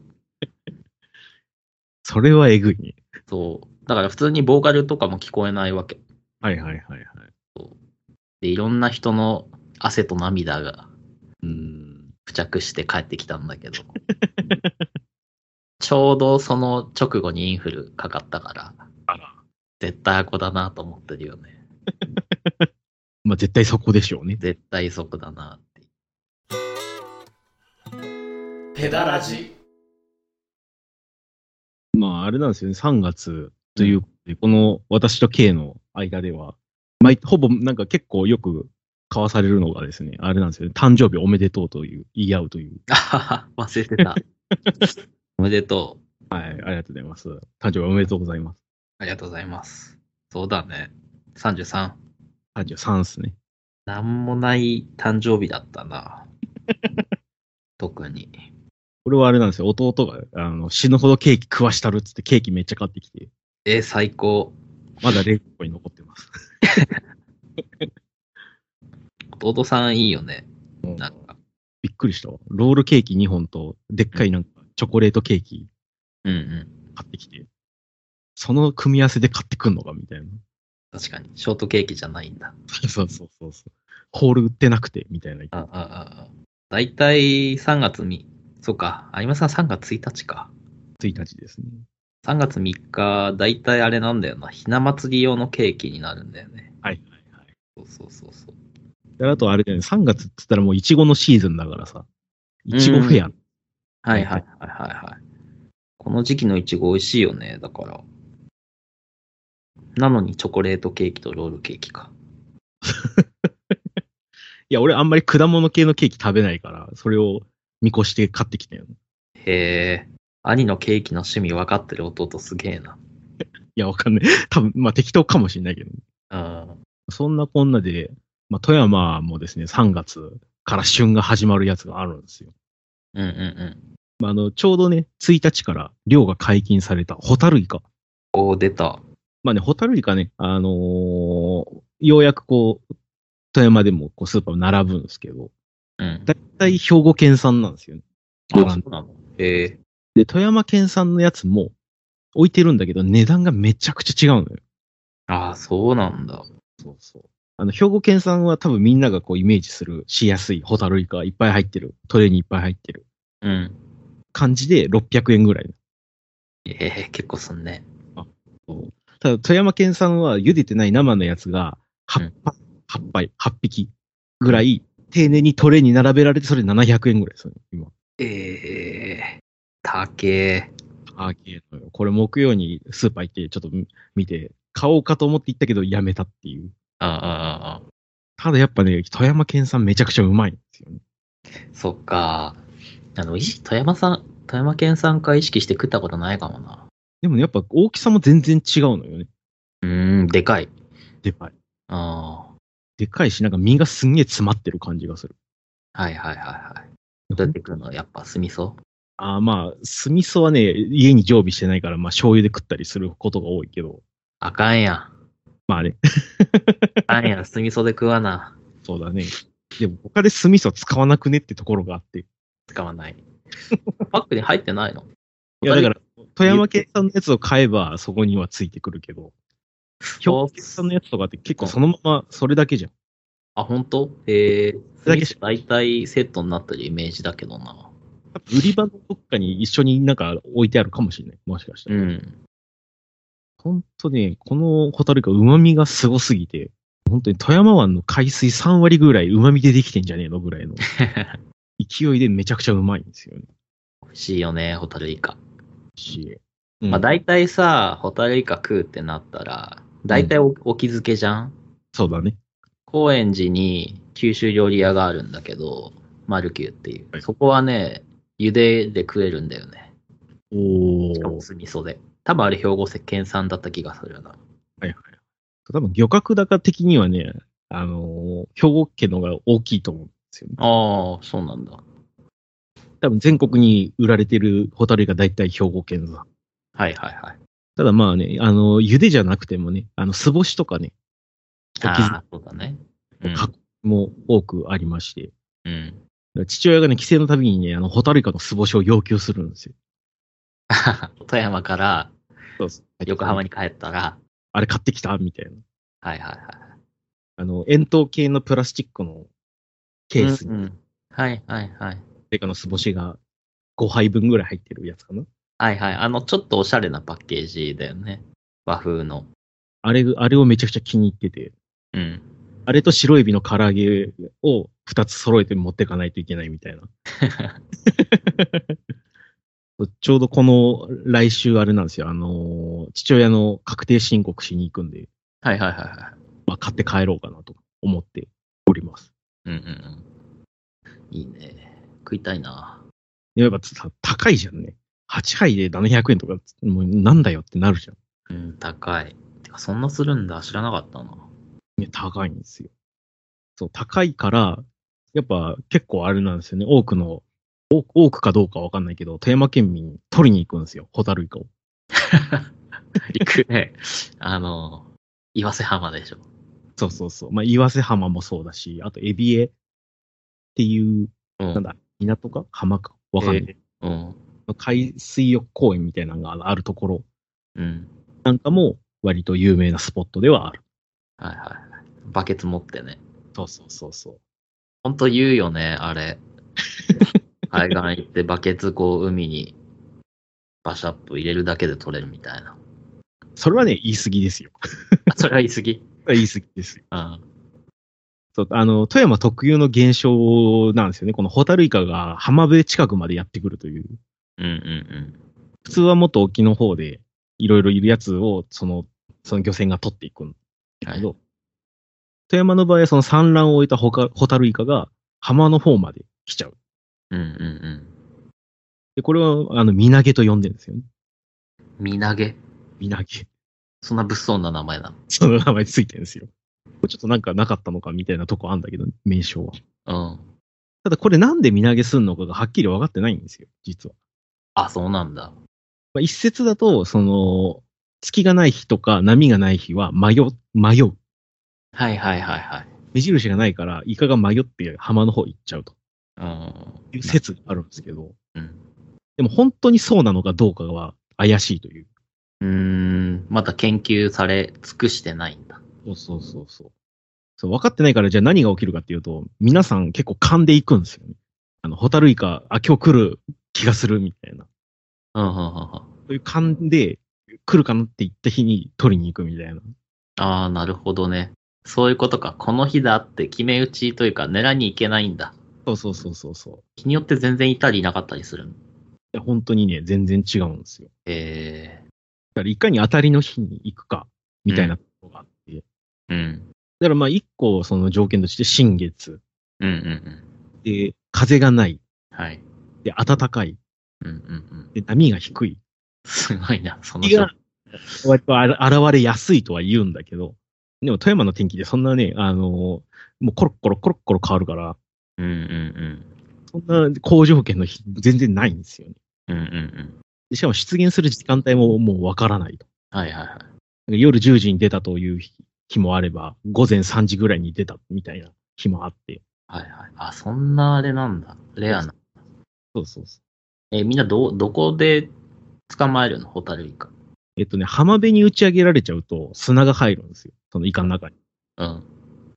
Speaker 3: それはえぐいね。
Speaker 2: そう。だから普通にボーカルとかも聞こえないわけ。
Speaker 3: はいはいはいはい。
Speaker 2: で、いろんな人の汗と涙が
Speaker 3: うん。
Speaker 2: 付着して帰ってきたんだけど。ちょうどその直後にインフルかかったから、
Speaker 3: あら。
Speaker 2: 絶対アコだなと思ってるよね。
Speaker 3: まあ絶対そこでしょうね。
Speaker 2: 絶対即だなって。 <laughs>
Speaker 1: ペダラジ
Speaker 3: まあ、あれなんですよね、3月ということで、この私と K の間では、まあ、ほぼなんか結構よく交わされるのがですね、あれなんですよね、誕生日おめでとうという、言い合うという。
Speaker 2: あはは忘れ
Speaker 3: <laughs>
Speaker 2: てた。おめでとう。
Speaker 3: はい、ありがとうございます。誕生日おめでとうございます。
Speaker 2: ありがとうございます。そうだね。33。
Speaker 3: 33ですね。
Speaker 2: なんもない誕生日だった
Speaker 3: <laughs>
Speaker 2: な。特に。
Speaker 3: これはあれなんですよ、弟があの死ぬほどケーキ食わしたるっつってケーキめっちゃ買ってきて、
Speaker 2: え、最高。
Speaker 3: まだ冷蔵庫に残ってます。 <laughs>
Speaker 2: 弟さんいいよね。なんか。
Speaker 3: びっくりしたわ。ロールケーキ2本と、でっかいなんかチョコレートケーキ
Speaker 2: うんうん。
Speaker 3: 買ってきて、その組み合わせで買ってくんのかみたいな。 <laughs>
Speaker 2: 確かに。ショートケーキじゃないんだ。
Speaker 3: そうそうそうそう。ホール売ってなくて、みたいな。
Speaker 2: ああああ。だいたい3月み、そうか。有馬さん3月1日か。
Speaker 3: 1日ですね。
Speaker 2: 3月3日、だいたいあれなんだよな。ひな祭り用のケーキになるんだよね。
Speaker 3: はいはいはい。
Speaker 2: そうそうそうそう。
Speaker 3: であとあれだよね、3月って言ったらもうイチゴのシーズンだからさ。イチゴフェア。
Speaker 2: はいはいはいはいはい。この時期のいちご美味しいよね、だから。なのにチョコレートケーキとロールケーキか。
Speaker 3: いや、俺あんまり果物系のケーキ食べないから、それを見越して買ってきたよ。
Speaker 2: へえ。兄のケーキの趣味分かってる弟すげえな。
Speaker 3: いや、わかんない。 <laughs> 多分、まあ適当かもしれないけど、
Speaker 2: うん。
Speaker 3: そんなこんなで、まあ富山もですね、3月から旬が始まるやつがあるんですよ。
Speaker 2: うんうん
Speaker 3: まああの、ちょうどね、1日から漁が解禁されたホタルイカ。
Speaker 2: うん。おー、出た。
Speaker 3: まあね、ホタルイカね、あのーようやくこう、富山でもこうスーパー並ぶんですけど、
Speaker 2: うん。
Speaker 3: だいたい兵庫県産なんですよね。
Speaker 2: あ、そうなのへえ
Speaker 3: で、富山県産のやつも置いてるんだけど、値段がめちゃくちゃ違うのよ。
Speaker 2: ああ、そうなんだ。
Speaker 3: そうそう。あの、兵庫県産は多分みんながこうイメージするしやすいホタルイカいっぱい入ってる。トレーにいっぱい入ってる
Speaker 2: うん。
Speaker 3: 感じで600円ぐらい。
Speaker 2: ええ結構すんね。
Speaker 3: ただ富山県産は茹でてない生のやつが
Speaker 2: う
Speaker 3: 8
Speaker 2: ん
Speaker 3: 杯、8杯、8匹ぐらい丁寧にトレーに並べられてそれ700円ぐらいですよね、今。
Speaker 2: ええ高え。
Speaker 3: あーのよ。これ木曜にスーパー行ってちょっと見て、買おうかと思って行ったけどやめたっていう。
Speaker 2: ああああ、ああ。
Speaker 3: ただやっぱね、富山県産めちゃくちゃうまいんですよね。
Speaker 2: そっか。あの、いし富山さん、富山県産か意識して食ったことないかもな。
Speaker 3: でもね、やっぱ大きさも全然違うのよね。
Speaker 2: うーん、でかい。
Speaker 3: でかい。
Speaker 2: あ
Speaker 3: でかいし、なんか身がすんげえ詰まってる感じがする。
Speaker 2: あ。はいはいはいはい。どうやって食うのやっぱ酢味噌
Speaker 3: ああ、まあ、酢味噌はね、家に常備してないから、まあ醤油で食ったりすることが多いけど、
Speaker 2: あかんやん。
Speaker 3: まあね、 <laughs>
Speaker 2: あかんやん。酢味噌で食わな。
Speaker 3: そうだね。でも他で酢味噌使わなくねってところがあって。い
Speaker 2: 使わ
Speaker 3: <laughs>
Speaker 2: ない。パックに入ってないの
Speaker 3: や、だから、富山県産のやつを買えばそこにはついてくるけど、兵庫県産のやつとかって結構そのままそれだけじゃん。
Speaker 2: あ、本当？えー、酢
Speaker 3: だ
Speaker 2: 味
Speaker 3: け
Speaker 2: 噌大体セットになってるイメージだけどな。
Speaker 3: 多分売り場のどっかに一緒になんか置いてあるかもしれない。もしかしたら。
Speaker 2: うん。
Speaker 3: ほんとね、このホタルイカ旨味がすごすぎて、本当に富山湾の海水3割ぐらい旨味でできてんじゃねえの
Speaker 2: <laughs>
Speaker 3: ぐらいの勢いでめちゃくちゃうまいんですよね。
Speaker 2: 美味しいよね、ホタルイカ。
Speaker 3: し、うん
Speaker 2: まあ大体さ、ホタルイカ食うってなったら、大体おお気づけじゃん
Speaker 3: そうだね。
Speaker 2: 高円寺に九州料理屋があるんだけど、マルキューってい
Speaker 3: は
Speaker 2: う。
Speaker 3: い
Speaker 2: そこはね、茹でで食えるんだよね。
Speaker 3: お
Speaker 2: しかも
Speaker 3: ー。
Speaker 2: 酢味噌で。多分あれ兵庫県産だった気がするな。
Speaker 3: はいはい。多分漁獲高的にはね、あのー兵庫県の方が大きいと思うんですよね。
Speaker 2: ああ、そうなんだ。
Speaker 3: 多分全国に売られてるホタルイカ大体兵庫県産。
Speaker 2: はいはいはい。
Speaker 3: ただまあね、あのー茹でじゃなくてもね、あの、素干しとかね、
Speaker 2: ああ、そうだね。うん
Speaker 3: かも多くありまして、
Speaker 2: うん。
Speaker 3: 父親がね、帰省のたびにね、あの、ホタルイカの素干しを要求するんですよ。
Speaker 2: <laughs> 富山から横浜
Speaker 3: に。
Speaker 2: に帰ったら、
Speaker 3: あれ買ってきたみたいな。
Speaker 2: はいはいはい。
Speaker 3: あの、円筒形のプラスチックのケースに、
Speaker 2: うんうんはいはいはい。
Speaker 3: ホタルイカの素干しが5杯分ぐらい入ってるやつかな。
Speaker 2: はいはい。あの、ちょっとおしゃれなパッケージだよね。和風の。
Speaker 3: あれ、あれをめちゃくちゃ気に入ってて、
Speaker 2: うん。
Speaker 3: あれと白エビの唐揚げを2つ揃えて持ってかないといけない
Speaker 2: <laughs>
Speaker 3: みたいな。ちょうどこの来週あれなんですよ。あのー父親の確定申告しに行くんで、
Speaker 2: はいはいはいはい。
Speaker 3: まあ、買って帰ろうかなと思っております。
Speaker 2: うんうんうん。いいね。食いたいな。
Speaker 3: やっぱさ、高いじゃんね。8杯で700円とか、もうなんだよってなるじゃん。
Speaker 2: うん、高い。てか、そんなするんだ。知らなかったな。
Speaker 3: ね、高いんですよ。そう、高いから、やっぱ結構あれなんですよね。多くの、多多くかどうかわかんないけど、富山県民取りに行くんですよ。ホタルイカを。
Speaker 2: 行くね。 <laughs> あの、岩瀬浜でしょ。
Speaker 3: そうそうそう。まあ、岩瀬浜もそうだし、あとエビエっていう、
Speaker 2: うん。
Speaker 3: なんだ、港か浜かわかんない。
Speaker 2: うん。
Speaker 3: 海水浴公園みたいなのがあるところ
Speaker 2: うん。
Speaker 3: なんかも割と有名なスポットではある。
Speaker 2: はいはいはい。バケツ持ってね。
Speaker 3: そうそうそうそう。
Speaker 2: ほんと言うよね、あ <laughs> れ。海岸行ってバケツこう海にバシャッと入れるだけで取れるみたいな。
Speaker 3: それはね、言い過ぎですよ。
Speaker 2: あそれは言い過ぎ。
Speaker 3: 言い過ぎですよ。
Speaker 2: うん。
Speaker 3: そう、あの、富山特有の現象なんですよね。このホタルイカが浜辺近くまでやってくるという。
Speaker 2: うんうん
Speaker 3: 普通はもっと沖の方でいろいろいるやつを、その、その漁船が取っていくんだけど、富山の場合はその産卵を終えたホカホタルイカが浜の方まで来ちゃう。
Speaker 2: うん。うんうんうん。
Speaker 3: で、これは、あの、身投げと呼んでるんですよね。
Speaker 2: 身投げ
Speaker 3: 身投げ。 <laughs>
Speaker 2: そんな物騒な名前な
Speaker 3: その名前ついてるんですよ。これちょっとなんかなかったのかみたいなとこあんだけど、名称は。
Speaker 2: の。うん。
Speaker 3: ただこれなんで身投げすんのかがはっきり分かってないんですよ、実は。
Speaker 2: あ、そうなんだ。
Speaker 3: まあ、一説だと、その、月がない日とか波がない日は迷う、迷う。
Speaker 2: はいはいはいはい。
Speaker 3: 目印がないから、イカが迷って浜の方行っちゃうと
Speaker 2: うん。
Speaker 3: いう説があるんですけど、
Speaker 2: うん。
Speaker 3: でも本当にそうなのかどうかは怪しいという。
Speaker 2: うーん。まだ研究され尽くしてないんだ。
Speaker 3: そうそうそうそう。そう分かってないから、じゃあ何が起きるかっていうと、皆さん結構勘で行くんですよね。あの、ホタルイカ、あ、今日来る気がするみたいな。
Speaker 2: うんうんうんうん。
Speaker 3: そういう勘で来るかなって言った日に取りに行くみたいな。
Speaker 2: ああ、なるほどね。そういうことか。この日だって決め打ちというか、狙いに行けないんだ。
Speaker 3: そうそうそうそうそう。
Speaker 2: 日によって全然いたりいなかったりするの。
Speaker 3: いや本当にね、全然違うんですよ。
Speaker 2: え
Speaker 3: だからいかに当たりの日に行くか、みたいなことがあって。だ
Speaker 2: えうん。
Speaker 3: からまあ一個その条件として新月。
Speaker 2: うんうんうん。
Speaker 3: で、風がない。
Speaker 2: はい。
Speaker 3: で、暖かい。
Speaker 2: うんうんうん。
Speaker 3: で、波が低い。
Speaker 2: すごいな、その
Speaker 3: いや
Speaker 2: 人。
Speaker 3: 割とあら現れやすいとは言うんだけど、でも富山の天気でそんなね、あのーもうコロッコロコロッコロ変わるから、
Speaker 2: うんうんうん。
Speaker 3: そんな好条件の日全然ないんですよね。
Speaker 2: うんうんうん。
Speaker 3: でしかも出現する時間帯ももうわからないと。
Speaker 2: はいはいはい。
Speaker 3: 夜10時に出たという日日もあれば、午前3時ぐらいに出たみたいな日もあって。
Speaker 2: はいはい。あ、そんなあれなんだ。レアな。
Speaker 3: そうそうそう。
Speaker 2: えーみんなど、どこで捕まえるのホタルイカ。
Speaker 3: えっとね、浜辺に打ち上げられちゃうと砂が入るんですよ。そのイカの中に。
Speaker 2: うん。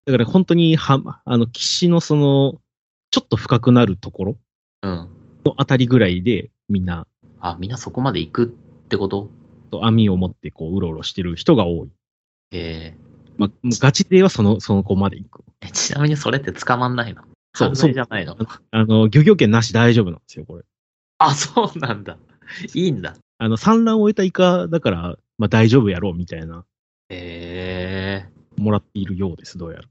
Speaker 3: だから本当に浜、あの、岸のその、ちょっと深くなるところ
Speaker 2: うん。
Speaker 3: のあたりぐらいで、みんな、
Speaker 2: あ、みんなそこまで行くってこと
Speaker 3: 網を持ってこう、うろうろしてる人が多い。
Speaker 2: え
Speaker 3: まあ、もうガチではその、その子まで行く。
Speaker 2: ーえ、ちなみにそれって捕まんないの
Speaker 3: そう
Speaker 2: 犯罪じゃないの
Speaker 3: あの、漁業権なし大丈夫なんですよ、これ。
Speaker 2: あ、そうなんだ。いいんだ。
Speaker 3: あの、産卵を終えたイカだから、まあ大丈夫やろうみたいな、
Speaker 2: ええ
Speaker 3: もらっているようです、どうやら。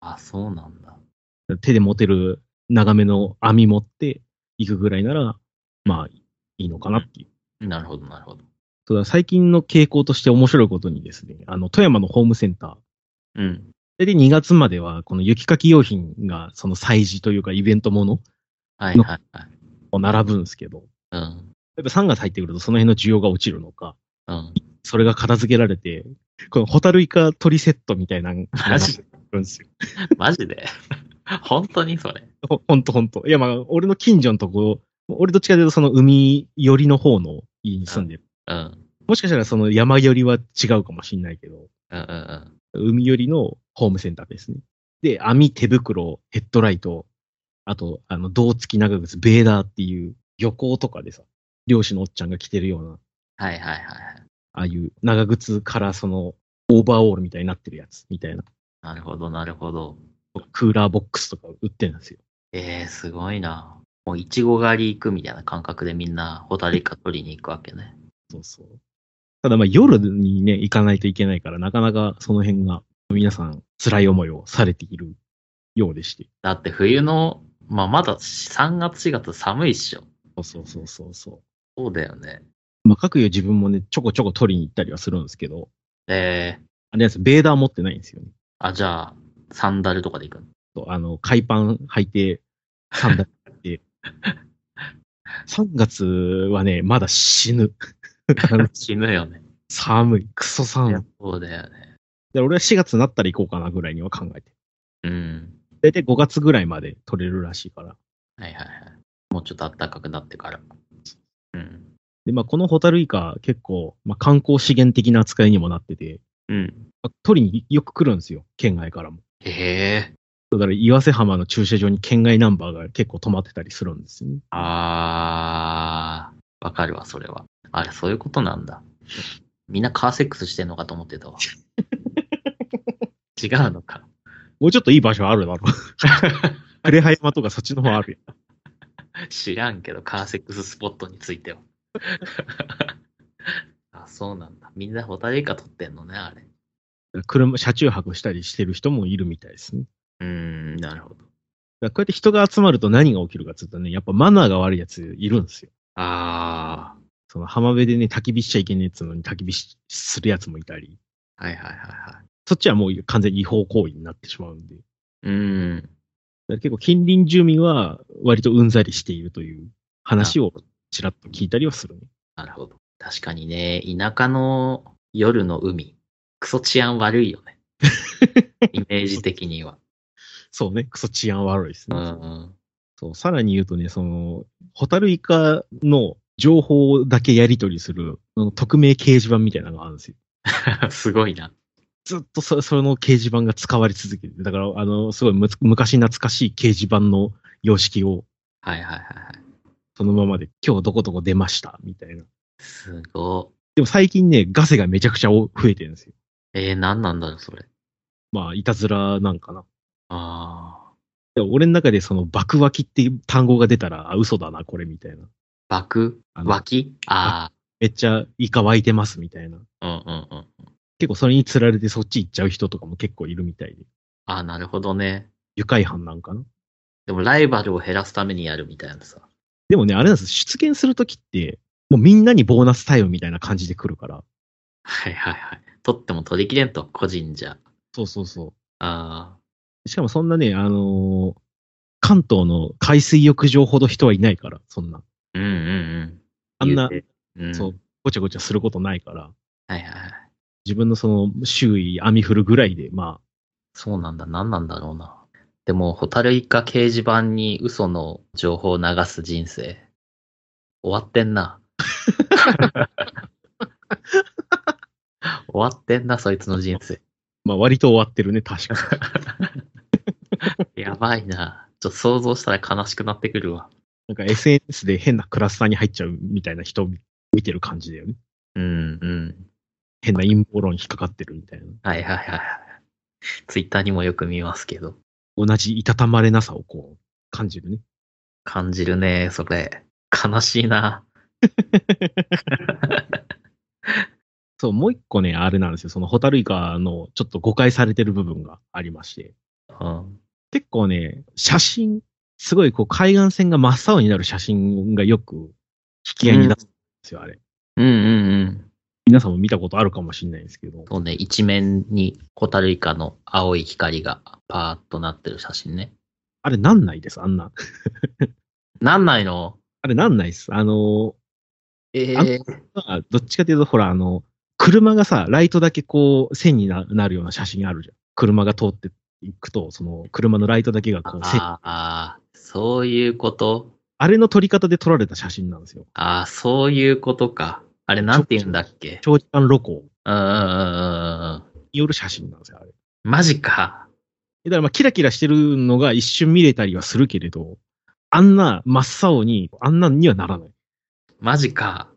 Speaker 2: あ、そうなんだ。
Speaker 3: 手で持てる長めの網持っていくぐらいなら、まあ、いいのかなっていう。
Speaker 2: なるほど、なるほど。
Speaker 3: そうだ最近の傾向として面白いことにですね、あの、富山のホームセンター、
Speaker 2: うん。
Speaker 3: 大体2月までは、この雪かき用品が、その催事というかイベントもの
Speaker 2: はいはいはい。
Speaker 3: を並ぶんですけど、
Speaker 2: うん。
Speaker 3: やっぱ3月入ってくるとその辺の需要が落ちるのか、
Speaker 2: うん。 <laughs>
Speaker 3: それが片付けられて、このホタルイカ鳥セットみたいなのが
Speaker 2: マジ
Speaker 3: 出てくるんですよ。
Speaker 2: マジで <laughs> 本当にそれ。
Speaker 3: ほほんとほんと。いやまあ、俺の近所のとこ、俺どっちかというとその海寄りの方の家に住んでる。
Speaker 2: うん。
Speaker 3: もしかしたらその山寄りは違うかもしれないけど、
Speaker 2: うんうんうん。
Speaker 3: 海寄りのホームセンターですね。で、網、手袋、ヘッドライト、あと、あの、胴付き長靴、ベーダーっていう漁港とかでさ、漁師のおっちゃんが着てるような、
Speaker 2: はいはいはいはい。
Speaker 3: ああいう長靴からその、オーバーオールみたいになってるやつ、みたいな。
Speaker 2: なるほど、なるほど。
Speaker 3: クーラーボックスとか売ってるんですよ。
Speaker 2: ええすごいな。もう、いちご狩り行くみたいな感覚でみんな、ホタルイカ取りに行くわけね。
Speaker 3: そうそう。ただまあ夜にね、行かないといけないから、なかなかその辺が皆さん辛い思いをされているようでして。
Speaker 2: だって冬の、まあ、まだ3月4月寒いっしょ。
Speaker 3: そうそうそうそうそ
Speaker 2: そうだよね。
Speaker 3: う。まあ各有自分もね、ちょこちょこ取りに行ったりはするんですけど、
Speaker 2: ええ
Speaker 3: あれなんですよ、ベーダー持ってないんですよね。
Speaker 2: あ、じゃあ、サンダルとかで行くの
Speaker 3: とあの、海パン履いて、サンダル履いて。3月はね、まだ死ぬ。あの
Speaker 2: 死ぬよね。
Speaker 3: <laughs> 寒い。クソ
Speaker 2: い
Speaker 3: 寒い
Speaker 2: や。そうだよね。
Speaker 3: で俺は4月になったら行こうかなぐらいには考えて。
Speaker 2: うん。
Speaker 3: だいたい5月ぐらいまで取れるらしいから。
Speaker 2: はいはいはい。もうちょっと暖かくなってから。うん。
Speaker 3: で、まあ、このホタルイカ、結構、まあ、観光資源的な扱いにもなってて、
Speaker 2: うん。
Speaker 3: まあ取りによく来るんですよ、県外からも。
Speaker 2: へえ。
Speaker 3: だから、岩瀬浜の駐車場に県外ナンバーが結構止まってたりするんですよね。
Speaker 2: あー、わかるわ、それは。あれ、そういうことなんだ。みんなカーセックスしてんのかと思ってたわ。違うのか。
Speaker 3: もうちょっといい場所あるだろう。呉羽山とかそっちの方あるやん。
Speaker 2: 知らんけど、カーセックススポットについては。 <laughs> あ、そうなんだ。みんなホタルイカ撮ってんのね、あれ。
Speaker 3: 車、車中泊したりしてる人もいるみたいですね。
Speaker 2: うーん、なるほど。
Speaker 3: だからこうやって人が集まると何が起きるかっていうとね、やっぱマナーが悪いやついるんですよ。
Speaker 2: あ
Speaker 3: その浜辺でね、焚き火しちゃいけねえっつうのに焚き火しするやつもいたり、
Speaker 2: あ、はいはいはいはい。
Speaker 3: そっちはもう完全に違法行為になってしまうんで。だか
Speaker 2: うん。
Speaker 3: ら結構近隣住民は割とうんざりしているという話をちらっと聞いたりはするね。
Speaker 2: なるほど。確かにね、田舎の夜の海、クソ治安悪いよ
Speaker 3: <laughs>
Speaker 2: ね。イメージ的には。
Speaker 3: そうね、クソ治安悪いです
Speaker 2: う
Speaker 3: ね。
Speaker 2: んうん。
Speaker 3: そう、さらに言うとね、その、ホタルイカの情報だけやり取りする、あの匿名掲示板みたいなのがあるんですよ。
Speaker 2: <laughs> すごいな。
Speaker 3: ずっとそその掲示板が使われ続けて、だから、あの、すごいむつ昔懐かしい掲示板の様式を
Speaker 2: はいはいはいはい。
Speaker 3: そのままで、今日どこどこ出ました、みたいな。
Speaker 2: すご
Speaker 3: でも最近ね、ガセがめちゃくちゃお増えてるんですよ。
Speaker 2: い。えー、何なんだろう、それ。
Speaker 3: まあ、いたずらなんかな。
Speaker 2: ああ。
Speaker 3: でも俺の中でその爆脇っていう単語が出たら、あ、嘘だな、これ、みたいな。
Speaker 2: 爆
Speaker 3: あの
Speaker 2: 脇あ
Speaker 3: めっちゃイカ湧いてます、みたいな。
Speaker 2: あ。うんうんうん。
Speaker 3: 結構それにつられてそっち行っちゃう人とかも結構いるみたいで。
Speaker 2: ああ、なるほどね。
Speaker 3: 愉快犯なんかな。
Speaker 2: でもライバルを減らすためにやるみたいなさ。
Speaker 3: でもね、あれなんです。出現するときって、もうみんなにボーナスタイムみたいな感じで来るから。
Speaker 2: はいはいはい。取っても取りきれんと、個人じゃ。
Speaker 3: そうそうそ
Speaker 2: あ
Speaker 3: う。しかもそんなね、あのー関東の海水浴場ほど人はいないから、そんな。
Speaker 2: あ。うんうんうん。
Speaker 3: あんな
Speaker 2: 言うて、うん、
Speaker 3: そう。、ごちゃごちゃすることないから、
Speaker 2: はいはいはい。
Speaker 3: 自分のその周囲網振るぐらいで、まあ、
Speaker 2: そうなんだ、何なんだろうな。でも、ホタルイカ掲示板に嘘の情報を流す人生。終わってん
Speaker 3: <laughs>
Speaker 2: な。終わってんな、そいつの人生。
Speaker 3: まあ割と終わってるね、確か <laughs> に。
Speaker 2: やばいな。ちょっと想像したら悲しくなってくるわ。
Speaker 3: なんか SNS で変なクラスターに入っちゃうみたいな人を見てる感じだよね。
Speaker 2: うんうん。
Speaker 3: 変な陰謀論に引っかかってるみたいな。
Speaker 2: はいはいはいはい。ツイッターにもよく見ますけど。
Speaker 3: 同じいたたまれなさをこう、感じるね。
Speaker 2: 感じるね、それ。悲しいな。
Speaker 3: そう、もう一個ね、あれなんですよ。そのホタルイカのちょっと誤解されてる部分がありまして。
Speaker 2: うん。
Speaker 3: 結構ね、写真、すごいこう海岸線が真っ青になる写真がよく引き合いに出すんですよ、あれ。
Speaker 2: うんうんうん。
Speaker 3: 皆さんも見たことあるかもしれないんですけど。
Speaker 2: そうね、一面にホタルイカの青い光がパーッとなってる写真ね。
Speaker 3: あれなんないです、あんな。
Speaker 2: なんないの
Speaker 3: あれなんないです。あの、
Speaker 2: ええ
Speaker 3: あまあどっちかというと、ほら、あの、車がさ、ライトだけこう、線にななるような写真あるじゃん。車が通っていくと、その、車のライトだけがこう、線あ
Speaker 2: ああ、そういうこと
Speaker 3: れの撮り方で撮られた写真なんですよ。
Speaker 2: ああ、そういうことか。あれなんて言うんだっけ
Speaker 3: 長時間露
Speaker 2: う
Speaker 3: 光
Speaker 2: んうんうんうんうん。
Speaker 3: による写真なんですよ、あれ。
Speaker 2: マジか。
Speaker 3: だからまあ、キラキラしてるのが一瞬見れたりはするけれど、あんな真っ青に、あんなんにはならない。
Speaker 2: マジか。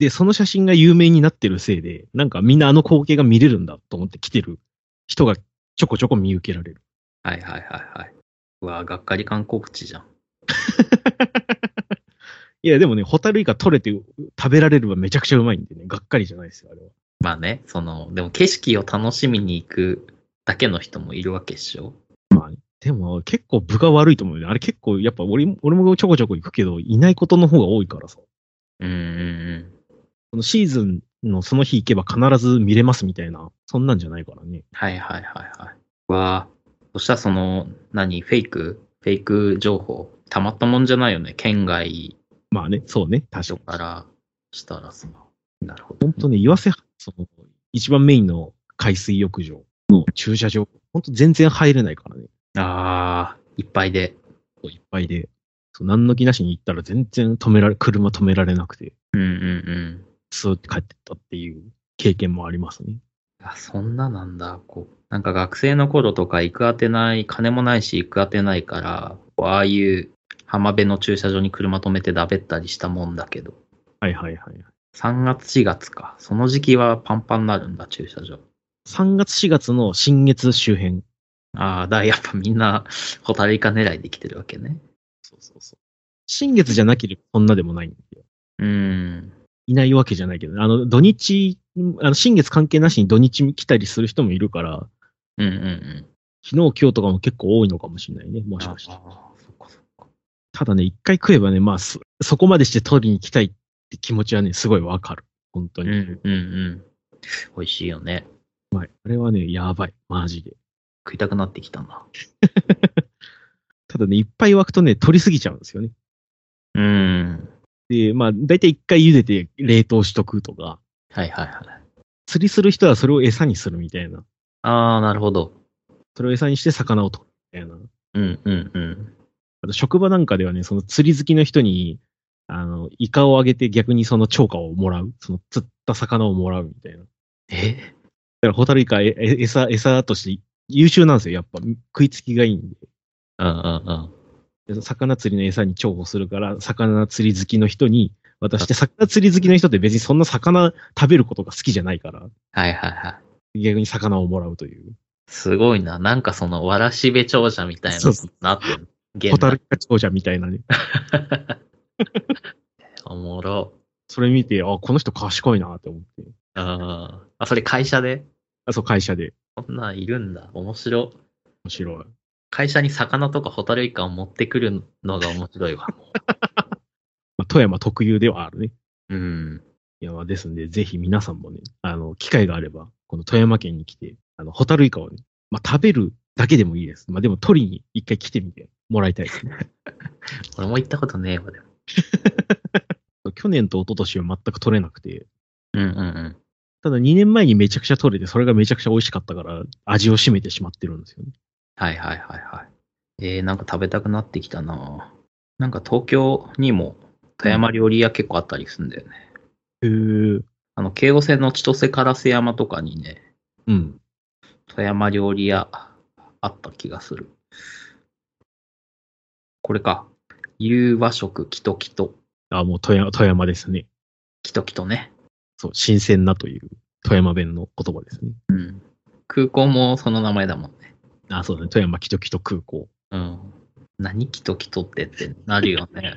Speaker 3: で、その写真が有名になってるせいで、なんかみんなあの光景が見れるんだと思って来てる人がちょこちょこ見受けられる。
Speaker 2: はいはいはいはい。うわがっかり観光地じゃん。
Speaker 3: いや、でもね、ホタルイカ取れて食べられるはめちゃくちゃうまいんでね、がっかりじゃないですよ、あれは。
Speaker 2: まあね、その、でも景色を楽しみに行くだけの人もいるわけっしょ
Speaker 3: でも結構部が悪いと思うよね。あれ結構やっぱ俺も俺もちょこちょこ行くけど、いないことの方が多いからさ。
Speaker 2: うんうんうん。
Speaker 3: そのシーズンのその日行けば必ず見れますみたいな、そんなんじゃないからね。
Speaker 2: はいはいはいはい。わあ、そしたらその、何、フェイクフェイク情報たまったもんじゃないよね。県外
Speaker 3: まあね、そうね、確
Speaker 2: と
Speaker 3: かに。
Speaker 2: からしたらその、なるほど。
Speaker 3: 本当ね、岩瀬、その、一番メインの海水浴場の駐車場、本当全然入れないからね。
Speaker 2: ああ、いっぱいで。
Speaker 3: こういっぱいで。そう何の気なしに行ったら全然止められ、車止められなくて、
Speaker 2: うんうんうん。
Speaker 3: スーって帰ってったっていう経験もありますね。
Speaker 2: あ、そんななんだ。こう、なんか学生の頃とか行くあてない、金もないし行くあてないから、こうああいう浜辺の駐車場に車止めてだべったりしたもんだけど、
Speaker 3: はいはいはい。
Speaker 2: 3月4月か。その時期はパンパンになるんだ、駐車場。
Speaker 3: 3月4月の新月周辺。
Speaker 2: ああ、だからやっぱみんな、ホタルイカ狙いできてるわけね。
Speaker 3: そうそうそう。新月じゃなければそんなでもないんだよ。
Speaker 2: うーん。
Speaker 3: いないわけじゃないけど、あの、土日、あの、新月関係なしに土日来たりする人もいるから、
Speaker 2: うんうんうん。
Speaker 3: 昨日今日とかも結構多いのかもしれないね、もしかして。
Speaker 2: あーそっかそっか。
Speaker 3: ただね、一回食えばね、まあ、そそこまでして取りに行きたいって気持ちはね、すごいわかる。本当
Speaker 2: う
Speaker 3: に。
Speaker 2: んうんうん。美味しいよね。
Speaker 3: はい。あれはね、やばい。マジで。
Speaker 2: 食いたくなってきたな。
Speaker 3: ただね、いっぱい沸くとね、取りすぎちゃうんですよね。
Speaker 2: うん。
Speaker 3: で、まあ、だいたい一回茹でて冷凍しとくとか、
Speaker 2: はいはいはい。
Speaker 3: 釣りする人はそれを餌にするみたいな。
Speaker 2: ああ、なるほど。
Speaker 3: それを餌にして魚を取るみたいな。
Speaker 2: うんうんうん。
Speaker 3: あと職場なんかではね、その釣り好きの人に、あの、イカをあげて逆にその釣果をもらう。その釣った魚をもらうみたいな。だ
Speaker 2: え
Speaker 3: からホタルイカ、ええ餌、餌として優秀なんですよ。やっぱ食いつきがいいん
Speaker 2: うんうんうん。
Speaker 3: で。で魚釣りの餌に重宝するから、魚釣り好きの人に渡して、魚釣り好きの人って別にそんな魚食べることが好きじゃないから、
Speaker 2: はいはいはい。
Speaker 3: 逆に魚をもらうという。
Speaker 2: すごいな。なんかその、わらしべ長者みたいな
Speaker 3: そうそう
Speaker 2: なってる。現代
Speaker 3: ホタルイカ長者みたいなね。
Speaker 2: <laughs> おもろ。
Speaker 3: それ見て、あ、この人賢いなって思って。
Speaker 2: あーあ、それ会社で
Speaker 3: あ、そう、会社で。
Speaker 2: こんなんいるんだ。面白。
Speaker 3: 面白い。
Speaker 2: 会社に魚とかホタルイカを持ってくるのが面白いわ。も
Speaker 3: まあ、富山特有ではあるね。
Speaker 2: ううん。
Speaker 3: いや、まあですんで、ぜひ皆さんもね、あの、機会があれば、この富山県に来て、あの、ホタルイカをね、まあ、食べるだけでもいいです。まあ、でも取りに一回来てみてもらいたいですね。
Speaker 2: 俺も行ったことねえわ。でも
Speaker 3: 去年と一昨年は全く取れなくて、
Speaker 2: うんうんうん。
Speaker 3: ただ2年前にめちゃくちゃ取れて、それがめちゃくちゃ美味しかったから、味を占めてしまってるんですよね。
Speaker 2: はいはいはいはい。えー、なんか食べたくなってきたななんか東京にも富山料理屋結構あったりするんだよね。
Speaker 3: へー
Speaker 2: あの、京王線の千歳烏山とかにね、
Speaker 3: うん。
Speaker 2: 富山料理屋あった気がする。これか。夕和食キトキト。
Speaker 3: あ、もう富山、富山ですね。
Speaker 2: キトキトね。
Speaker 3: そう、新鮮なという富山弁の言葉ですね。
Speaker 2: うん。空港もその名前だもんね。
Speaker 3: あ、そうだね。富山キトキト空港。
Speaker 2: うん。何キトキトってってなるよね。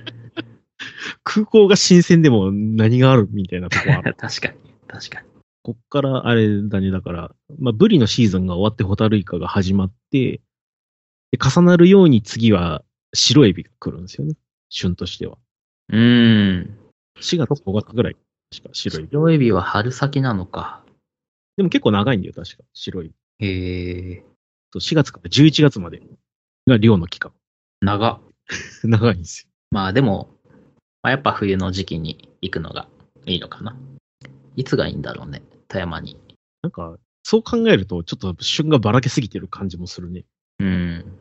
Speaker 3: 空港が新鮮でも何があるみたいなとこある。
Speaker 2: <laughs>
Speaker 3: <laughs>
Speaker 2: 確かに。確かに。
Speaker 3: こっからあれだね、だから、まあ、ブリのシーズンが終わってホタルイカが始まって、で重なるように次は白エビが来るんですよね。旬としては。
Speaker 2: うーん。
Speaker 3: 4月5月ぐらいしか白エビ。
Speaker 2: 白エビは春先なのか。
Speaker 3: でも結構長いんだよ、確か。白エビ。
Speaker 2: へえ。
Speaker 3: そう4月から11月までが漁の期間。 <laughs>
Speaker 2: 長っ。
Speaker 3: 長いんですよ。
Speaker 2: まあでも、まあ、やっぱ冬の時期に行くのがいいのかな。いつがいいんだろうね。富山に。
Speaker 3: なんか、そう考えると、ちょっと旬がばらけすぎてる感じもするね。
Speaker 2: うん。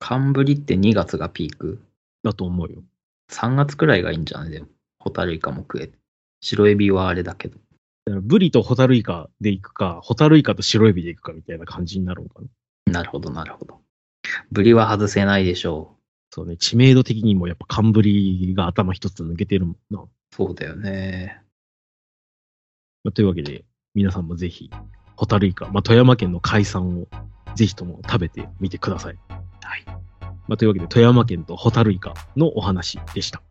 Speaker 2: 寒ぶりって2月がピーク。
Speaker 3: だと思うよ。
Speaker 2: 3月くらいがいいんじゃないでも。ホタルイカも食えて。白エビはあれだけど。
Speaker 3: だからブリとホタルイカで行くか、ホタルイカと白エビで行くかみたいな感じになるのかな。
Speaker 2: なるほど、なるほど。ブリは外せないでしょ
Speaker 3: そうね、知名度的にもやっぱ寒ぶりが頭一つ抜けてるもんな。ま
Speaker 2: う。そうだよね。
Speaker 3: あというわけで、皆さんもぜひ、ホタルイカ、まあ、富山県の海産をぜひとも食べてみてください。
Speaker 2: はい。
Speaker 3: まあ、というわけで、富山県とホタルイカのお話でした。